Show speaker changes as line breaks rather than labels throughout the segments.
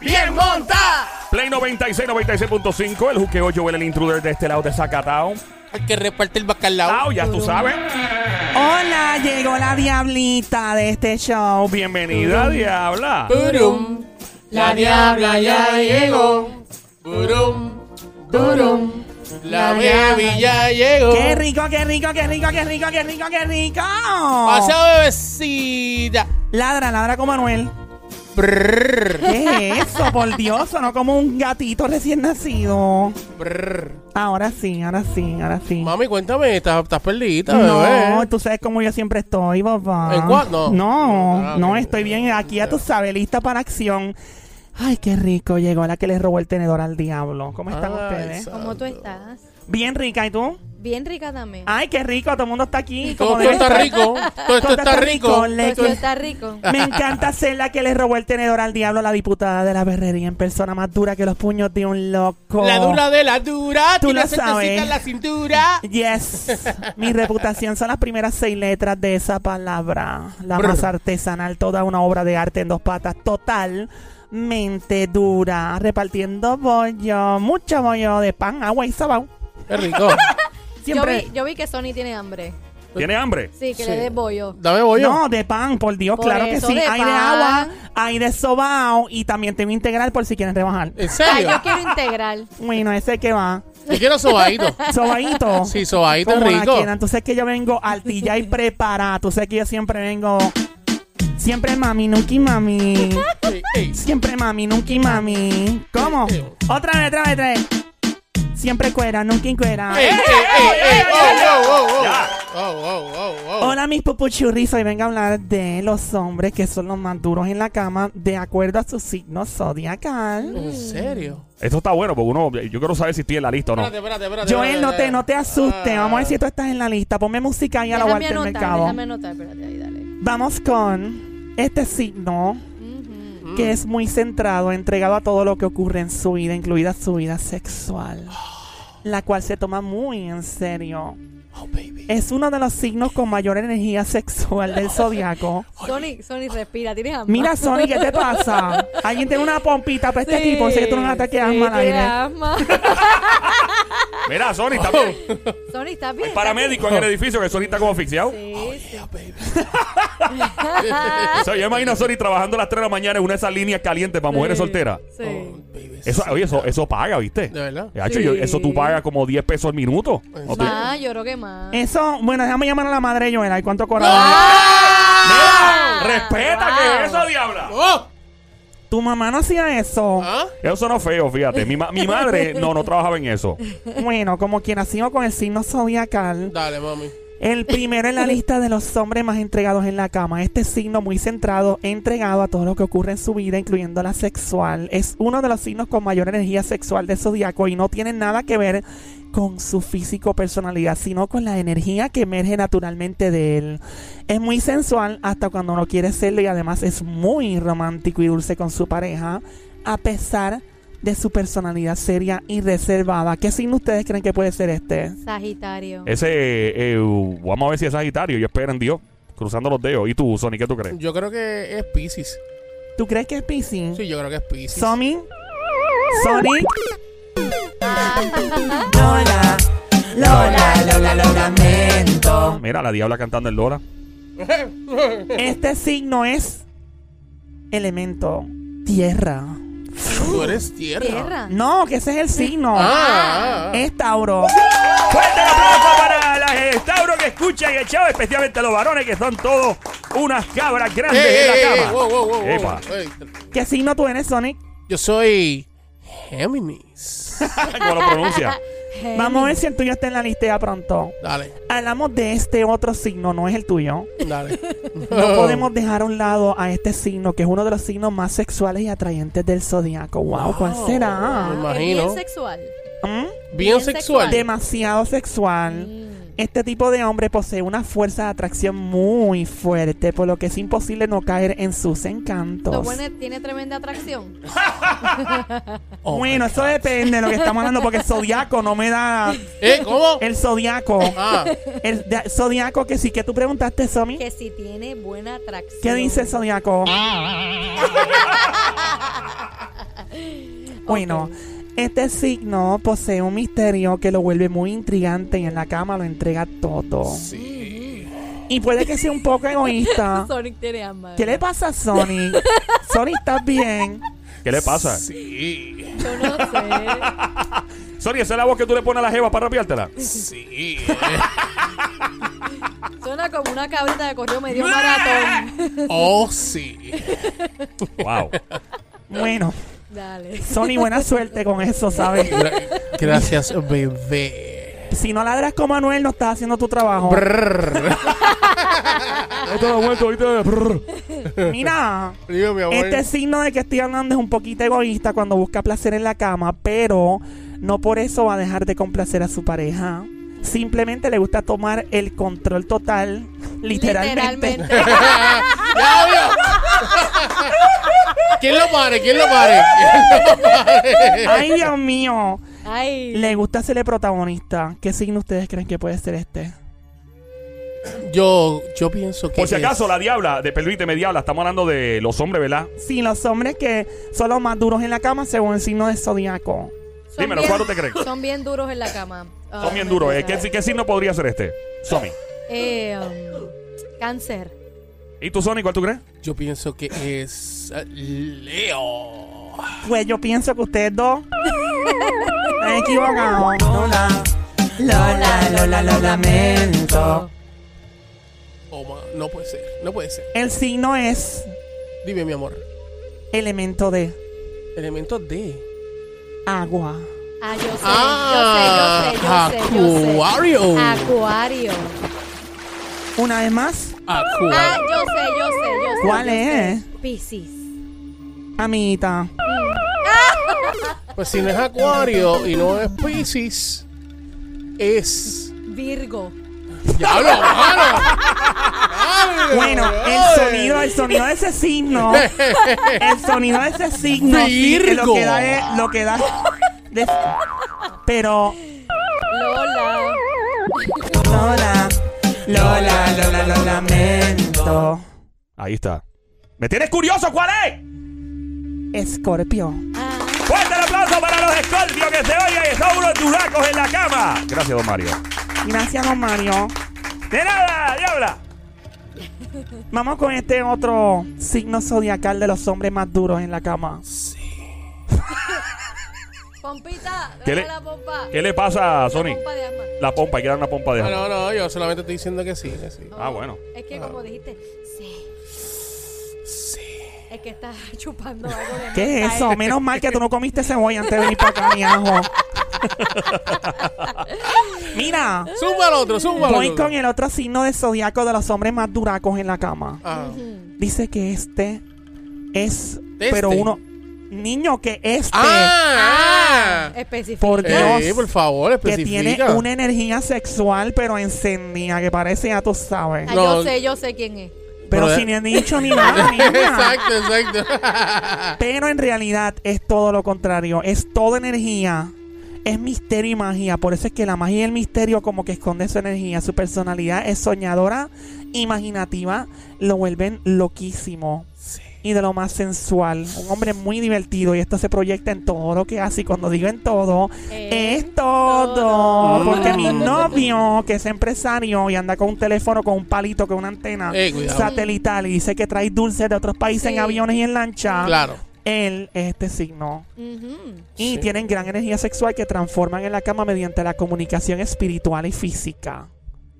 Este
monta.
Play 96, 96.5. El juqueo Joel, el intruder de este lado de Zacatao.
El que reparte el bacalao.
Au, ya tú sabes.
Hola, llegó la diablita de este show.
Bienvenida, Diabla.
Purum.
La diabla ya llegó.
Purum.
Durum.
La baby ya llegó.
Qué rico, qué rico, qué rico, qué rico, qué rico, qué rico.
Pasa bebecita.
Ladra, ladra como Manuel.
Brrr,
¿Qué es eso? Por Dios, sonó como un gatito recién nacido.
brrr.
Ahora sí, ahora sí, ahora sí.
Mami, cuéntame, estás, estás perdidita,
No,
bebé.
tú sabes cómo yo siempre estoy, papá.
¿En cuál? No.
No,
Ah,
no,
ok.
estoy bien aquí a tu sabes, lista para acción. Ay, qué rico, llegó la que le robó el tenedor al diablo. ¿Cómo están
Ay,
ustedes?
sa-
¿Cómo tú estás?
Bien rica, ¿y tú?
Bien rica también.
Ay, qué rico, todo el mundo está aquí. como
Todo
debe
esto está
ser.
rico. Todo esto
Todo
está rico.
le- Ah,
Pero tú estás rico.
Me encanta ser la que le robó el tenedor al diablo, la diputada de la berrería en persona más dura que los puños de un loco.
La dura de la dura.
Tú
Tiene
lo
aceitecita
sabes.
en la cintura.
Yes. Mi reputación son las primeras seis letras de esa palabra. La
Brr.
más artesanal, toda una obra de arte en dos patas, totalmente dura. Repartiendo bollo, mucho bollo de pan, agua y sabón.
Qué rico.
Yo
Siempre.
vi, yo vi que Sony tiene hambre.
¿Tiene hambre?
Sí, que
Sí.
le des bollo.
Dame bollo.
No, de pan, por Dios,
Por
claro que
eso,
sí.
de
hay de
pan.
agua, hay de sobao y también te voy a integrar por si quieres rebajar.
¿En
Ay,
serio?
yo quiero integral.
Bueno, ese que va.
Yo quiero sobadito.
Sobaíto.
Sí, sobadito
Como la
rico.
quieran. Entonces que yo vengo altilla y preparada. Tú sabes que yo siempre vengo. Siempre mami, nuki mami.
Ey, ey.
Siempre mami, nuki mami. ¿Cómo? Otra vez, otra vez, otra vez. Siempre cuera, nunca cuera. ¡Eh!
Ey, ey, ey, ey, oh, oh, oh, oh.
Ya.
Oh, oh, oh, oh.
Hola mis pupuchurris, hoy vengo a hablar de los hombres que son los más duros en la cama de acuerdo a su signo zodiacal.
¿En serio?
Esto está bueno porque uno, yo quiero saber si estoy en la lista o no.
Espérate, espérate, espérate.
Joel,
espérate,
no te,
espérate.
no te asustes.
Ah.
Vamos a ver si tú estás en la lista. Ponme música ahí a la
déjame
vuelta del
anotar,
mercado.
déjame anotar. Espérate, ahí, dale.
Vamos con este signo
Ujú.
que es muy centrado, entregado a todo lo que ocurre en su vida, incluida su vida sexual, la cual se toma muy en serio.
Oh, baby.
Es uno de los signos con mayor energía sexual del zodiaco.
Sony, Sony, respira. Tienes hambre.
Mira, Sony, ¿qué te pasa? Alguien tiene una pompita para este
Sí,
tipo, sé que tú no
sí,
ataque de asma al
tiene
aire.
asma.
Mira, Sony, está bien.
Sony, ¿estás bien?
Hay paramédico en el edificio que Sony está como asfixiado.
Sí, sí.
O sea, yo imagino a Sony trabajando a las 3 de la mañana en una de esas líneas calientes para mujeres
Sí,
solteras.
Sí.
Oh, baby.
Eso, oye, eso, eso paga, ¿viste?
¿De verdad?
Hacho, yo-
Sí.
eso tú pagas como 10 pesos al minuto.
¿En
No te-
Más, yo creo que más.
Eso, bueno, déjame llamar a la madre, Joel, ay, cuánto coraje.
Ah.
¡Mira! ¡Respeta que
Wow.
eso, diabla!
¡Ah! ¡Oh!
Tu mamá no hacía eso.
¿Ah?
Eso sonó feo, fíjate. Mi, ma- mi madre no, no trabajaba en eso.
Bueno, como quien nació con el signo zodiacal,
Dale, mami.
El primero en la lista de los hombres más entregados en la cama. Este signo muy centrado, entregado a todo lo que ocurre en su vida, incluyendo la sexual. Es uno de los signos con mayor energía sexual de zodiaco y no tiene nada que ver con su físico o personalidad, sino con la energía que emerge naturalmente de él. Es muy sensual hasta cuando no quiere serlo y además es muy romántico y dulce con su pareja, a pesar de su personalidad seria y reservada. ¿Qué signo ustedes creen que puede ser este?
Sagitario.
Ese, eh, uh, vamos a ver si es Sagitario. Yo espero en Dios, cruzando los dedos. ¿Y tú, Sony, qué tú crees?
Yo creo que es Pisces.
¿Tú crees que es Piscis?
Sí, yo creo que es Pisces.
Somi, Sonic,
Mira, la diabla cantando el Lola.
este signo es elemento tierra.
Tú eres tierra.
Tierra.
No, que ese es el signo.
Ah, ah, ah.
Es Tauro.
Fuerte el aplauso para la Gestauro que escucha y el chavo, especialmente los varones que son todos unas cabras
Ey,
grandes
ey,
en la
ey,
cama.
wow, wow, wow, wow.
Epa.
Ey,
¿Qué signo tú eres, Sonic?
Yo soy Géminis.
¿Cómo lo pronuncia?
Géminis.
Vamos a ver si el tuyo está en la lista ya pronto.
Dale,
Hablamos de este otro signo, no es el tuyo.
dale. Oh.
No podemos dejar a un lado a este signo, que es uno de los signos más sexuales y atrayentes del zodiaco. Wow, ¿cuál
Wow.
Ah,
será?
Me
es
imagino.
bien sexual.
¿Mm?
Bien
Bien
sexual.
sexual.
Demasiado sexual.
Mm.
Este tipo de hombre posee una fuerza de atracción muy fuerte, por lo que es imposible no caer en sus
Lo
encantos.
bueno es- tiene tremenda atracción.
Oh, my
bueno, eso
God.
depende de lo que estamos hablando, porque el zodiaco no me da.
¿Eh? ¿Cómo?
El zodiaco.
Ah,
El de- zodiaco que sí que tú preguntaste, Somi.
Que si tiene buena atracción.
¿Qué dice el zodiaco? Bueno, este signo posee un misterio que lo vuelve muy intrigante y en la cama lo entrega todo.
Sí.
Y puede que sea un poco egoísta.
Sonic tiene ambas.
¿Qué le pasa a Sonic? Sonic, ¿estás bien?
¿Qué le pasa?
Sí.
Yo no sé.
Sony, esa es la voz que tú le pones a la jeva para rapiártela.
Sí.
Suena como una cabrita que corrió medio maratón.
Oh, sí.
Wow.
Bueno,
Dale.
Sonic, buena suerte con eso, ¿sabes?
Gra- Gracias, bebé.
Si no ladras como Anuel, no estás haciendo tu trabajo.
Brrr.
Esto lo vuelto ahorita.
Mira,
Digo, mi amor.
este signo de que estoy hablando es un poquito egoísta cuando busca placer en la cama, pero no por eso va a dejar de complacer a su pareja. Simplemente le gusta tomar el control total, literalmente.
¡Diablo! ¿Quién lo pare? ¿Quién lo pare? ¿Quién lo pare?
Ay, Dios mío.
Ay.
Le gusta ser el protagonista. ¿Qué signo ustedes creen que puede ser este?
Yo, yo pienso que.
Por si
es-
acaso, la diabla, de, permíteme, diabla, estamos hablando de los hombres, ¿verdad?
Sí, los hombres que son los más duros en la cama según el signo de zodiaco.
Son
Dímelo,
bien-
¿cuál te crees?
Son bien duros en la cama. Ah,
Son bien
me
duros. eh.
interesa.
¿Qué, ¿Qué signo podría ser este? Sony.
Eh, um, cáncer.
¿Y tú, Sony, cuál tú crees?
Yo pienso que es. eh, Leo.
Pues yo pienso que ustedes dos están equivocados. Lola, Lola, Lola, lo lamento.
Oh, ma- no puede ser. No puede ser.
El signo es
Dime, mi amor.
elemento de
Elemento D.
agua.
Ah, yo sé,
Ah,
yo sé, yo sé, yo sé, yo sé.
Acuario.
Acuario.
Una vez más,
Ah,
Acuario.
yo sé, yo sé, yo sé.
¿Cuál
yo sé.
es?
Piscis.
amiguita.
Pues si no es Acuario y no es Pisces, es.
Virgo.
¡Diablo, mano!
Bueno, el sonido, el sonido de ese signo. El sonido de ese signo. sí, que lo
Virgo.
que da es- lo que da. de- pero.
Lola.
Lola, Lola, Lola, lo lamento.
Ahí está. ¿Me tienes curioso cuál es?
Escorpio.
Ah,
Fuerte el aplauso para los escorpios que se oigan y son unos duracos en la cama. Gracias, don Mario.
Gracias, don Mario.
¡De nada, diabla!
Vamos con este otro signo zodiacal de los hombres más duros en la cama.
pompita,
¿Qué
¿Qué
le-
la pompa.
¿Qué le pasa a Sony?
La pompa de asma.
La pompa, hay que dar una pompa de
Ah, no, no, yo solamente estoy diciendo que sí, que sí.
Ah, bueno.
Es que como dijiste, sí.
Sí.
Es que estás chupando algo de
¿Qué es
menta,
eso?
¿eh?
Menos mal que tú no comiste cebolla antes de venir para acá, mi ajo. Mira,
Zumba al otro, zumba al
voy
otro.
con el otro signo de zodiaco de los hombres más duracos en la cama.
Ah,
eh.
Dice que este es,
Este.
pero uno, niño, que este,
ah,
Mm, Específico.
por Dios,
Ey, por favor,
que
especifica.
tiene una energía sexual, pero encendida, que parece, ya tú sabes.
Ah,
No.
Yo sé, yo sé quién es.
Pero
Pero-
sin el dicho ni nada, niña.
exacto, exacto.
Pero en realidad es todo lo contrario. Es toda energía. Es misterio y magia. Por eso es que la magia y el misterio como que esconde su energía. Su personalidad es soñadora, imaginativa. Lo vuelven loquísimo. Y de lo más sensual. Un hombre muy divertido. Y esto se proyecta en todo lo que hace. Y cuando digo en todo,
Eh,
es todo.
todo.
Porque mi novio, que es empresario y anda con un teléfono, con un palito, con una antena
Ey, cuidado.
satelital y dice que trae dulces de otros países en
Sí.
aviones y en lancha.
Claro.
Él es este signo.
ujú.
Y
Sí.
tienen gran energía sexual que transforman en la cama mediante la comunicación espiritual y física.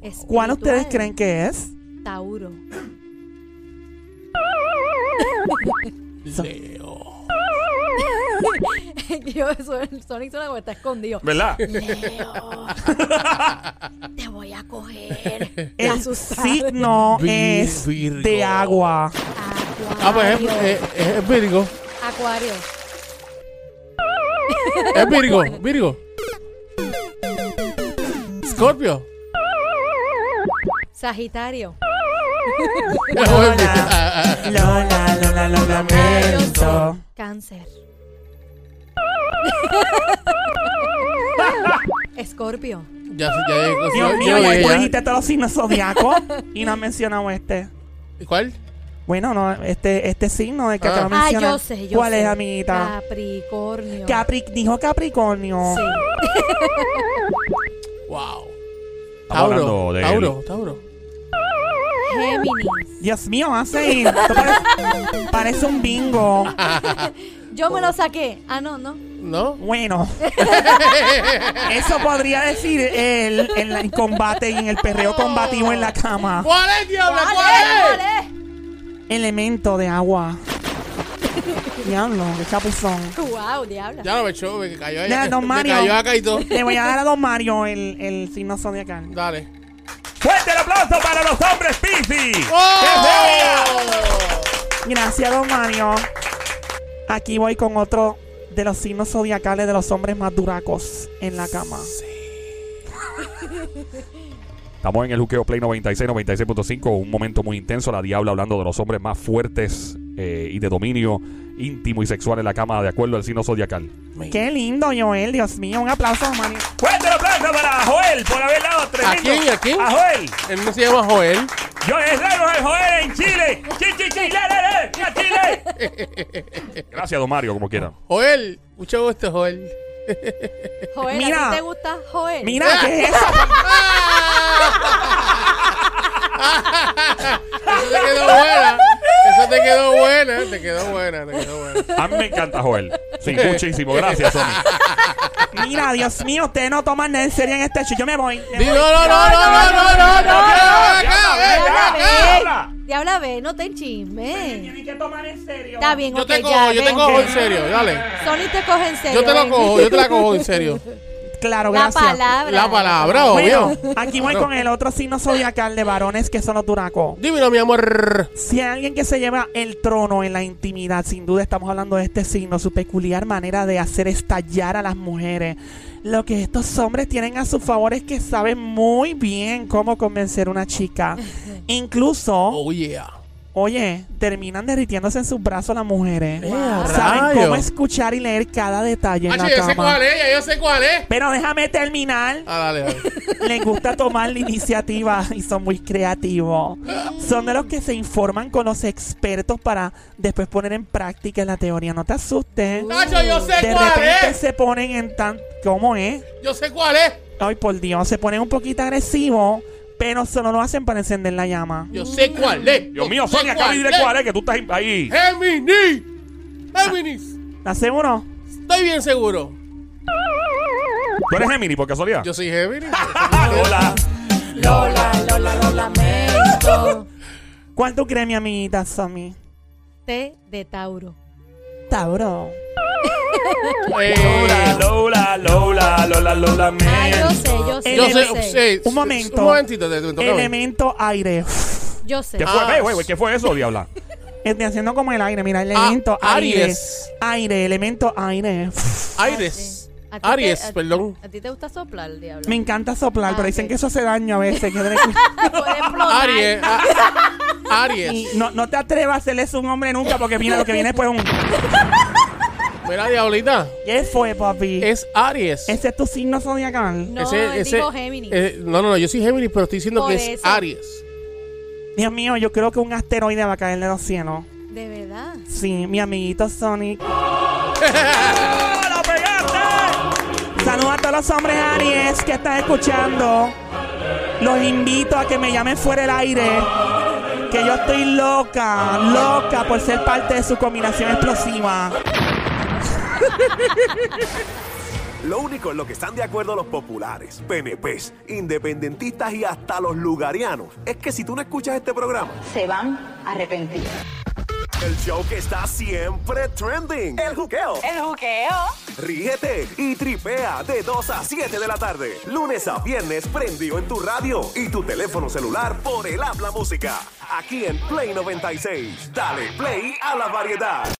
¿Cuál
Espiritual.
ustedes creen que es?
Tauro.
Leo.
Yo, su- Sonic suena como está escondido.
¿Verdad?
Leo, te voy a coger. Te
El
asustar.
signo
Vir-
es
Virgo.
de agua.
Acuario.
Ah, pues es, es, es Virgo.
Acuario.
Es Virgo, Virgo. Scorpio.
Sagitario.
Lola. Lola, Lola, lo
Ah, yo
lamento.
sé. Cáncer. Escorpio.
Ya, ya, ya,
Dios
ya,
mío, ya
ya,
tú
ya.
dijiste todos los signos zodiacos y no has mencionado este.
¿Cuál?
Bueno, no, este, este signo de que
Ah.
acabo de
Ah,
mencionar.
yo sé, yo
¿Cuál
sé.
es, amiguita?
Capricornio.
Capri- dijo Capricornio.
Sí.
Wow.
Estamos hablando
Tauro,
de
Tauro, Tauro.
Géminis.
Dios mío, hace. esto parece, parece un bingo.
Yo me lo saqué. Ah, no, no.
¿No?
Bueno, eso podría decir el, en la- en combate y en el perreo combativo en la cama.
¿Cuál es, diablo?
¿Cuál es?
¿Cuál es?
¿Cuál
Elemento de agua. Diablo, qué chapuzón.
es? Wow, diabla.
Ya lo me echó, me cayó
Mira,
allá.
don
Me
Mario.
cayó acá y todo.
Le voy a dar a Don Mario el, el signo zodiacal.
Dale.
¡Fuerte el aplauso para los hombres Piscis!
Oh.
Gracias, Don Mario. Aquí voy con otro de los signos zodiacales de los hombres más duracos en la cama.
Estamos en el Juqueo Play 96, 96.5. Un momento muy intenso. La Diabla hablando de los hombres más fuertes eh, y de dominio íntimo y sexual en la cama, de acuerdo al signo zodiacal.
Qué lindo, Joel. Dios mío, un aplauso, Don Mario.
¡Fuerte el aplauso para Joel por haber dado tremendo!
quién? ¿A quién?
¡A Joel!
Él no se llama Joel.
¡Yo es raro el Joel en Chile! ¡Chi, chi, chi, le, le, le! ¡A Chile! Gracias, don Mario, como quiera.
Joel. Mucho gusto, Joel.
Joel,
Mira.
¿a ti te gusta Joel?
Mira, ¿qué es eso?
Eso te quedó buena. Eso te quedó buena. Te quedó buena, te quedó buena.
A mí me encanta Joel. Sí, muchísimo. Gracias, Sony.
Mira, Dios mío, ustedes no toman nada en serio en este show. Yo me voy. me
Di- No,
voy.
no, no, no, no, no, no, no, no, acá, ven,
Diabla,
acá.
ve. Diabla, ve, no te chisme.
Tienen que tomar en serio.
Está bien,
Yo
ok,
te
ya,
cojo, yo te
ven.
cojo en serio, dale.
Sony te coge en serio.
Yo te lo
ven.
cojo, yo te la cojo en serio.
Claro,
La
gracias.
palabra.
La palabra,
Bueno,
obvio.
aquí voy con el otro signo zodiacal de varones que son los duracos.
Dímelo, mi amor.
Si hay alguien que se lleva el trono en la intimidad, sin duda estamos hablando de este signo, su peculiar manera de hacer estallar a las mujeres. Lo que estos hombres tienen a su favor es que saben muy bien cómo convencer a una chica. Incluso,
Oh, yeah.
oye, terminan derritiéndose en sus brazos las mujeres.
a
Saben
rayos.
cómo escuchar y leer cada detalle en
Ah,
la
yo sé
cama.
cuál es, ya yo sé cuál es.
Pero déjame terminar.
Ah, dale, dale.
Les gusta tomar la iniciativa y son muy creativos. Son de los que se informan con los expertos para después poner en práctica la teoría. No te asustes.
Nacho, yo sé
De
cuál
repente
es.
se ponen en tan... ¿Cómo es?
Yo sé cuál es.
Ay, por Dios. Se ponen un poquito agresivos, pero solo lo hacen para encender la llama.
Yo sé cuál es.
Dios mío, Sony, acá me diré cuál es, que tú estás ahí.
Géminis. Géminis.
¿La seguro?
Estoy bien seguro.
¿Tú eres Gemini por casualidad?
Yo soy Géminis. Eh,
Hola.
Lola, Lola, lo lamento.
¿Cuál tú crees, mi amiguita Sammy?
T de Tauro.
Tauro.
Eh,
Lola, Lola, Lola, Lola,
Ah, yo sé, yo sé.
Yo
Yo
sé,
sé.
eh,
Un momento.
Un momentito, te, te toca a mí.
Elemento aire.
Yo sé.
¿Qué fue?
Ah.
Ve, güey, güey, ¿Qué fue eso, diabla?
Estoy haciendo como el aire. Mira,
Ah,
elemento aire.
Aries.
Aire, elemento aire.
Aires.
Ah, ¿A ti te-
Aries,
a-
perdón.
¿A ti te gusta soplar, diablo?
Me encanta soplar,
Ah,
pero dicen
ok.
que eso hace daño a veces. que tiene que-
Puede explotar.
Aries. a- Aries.
no, no te atrevas a hacerle eso a un hombre nunca porque mira lo que viene después. es Un...
Mira, diablita.
¿Qué fue, papi?
Es Aries.
Ese es tu signo zodiacal.
No,
Ese-
él
ese-
dijo Géminis.
eh, no, no, no, yo soy Géminis, pero estoy diciendo
Por
que es
eso.
Aries.
Dios mío, yo creo que un asteroide va a caer de los cielos.
De verdad.
Sí, mi amiguito Sonic.
¡La pegaste!
Saludos a todos los hombres Aries que están escuchando. Los invito a que me llamen fuera el aire. Que yo estoy loca, loca por ser parte de su combinación explosiva.
Lo único en lo que están de acuerdo los populares, PNPs, independentistas y hasta los lugarianos es que si tú no escuchas este programa,
se van a arrepentir.
el show que está siempre trending, el juqueo,
El juqueo.
ríete y tripea de 2 a 7 de la tarde, lunes a viernes prendido en tu radio y tu teléfono celular por el habla música, aquí en Play 96. Dale play a la variedad.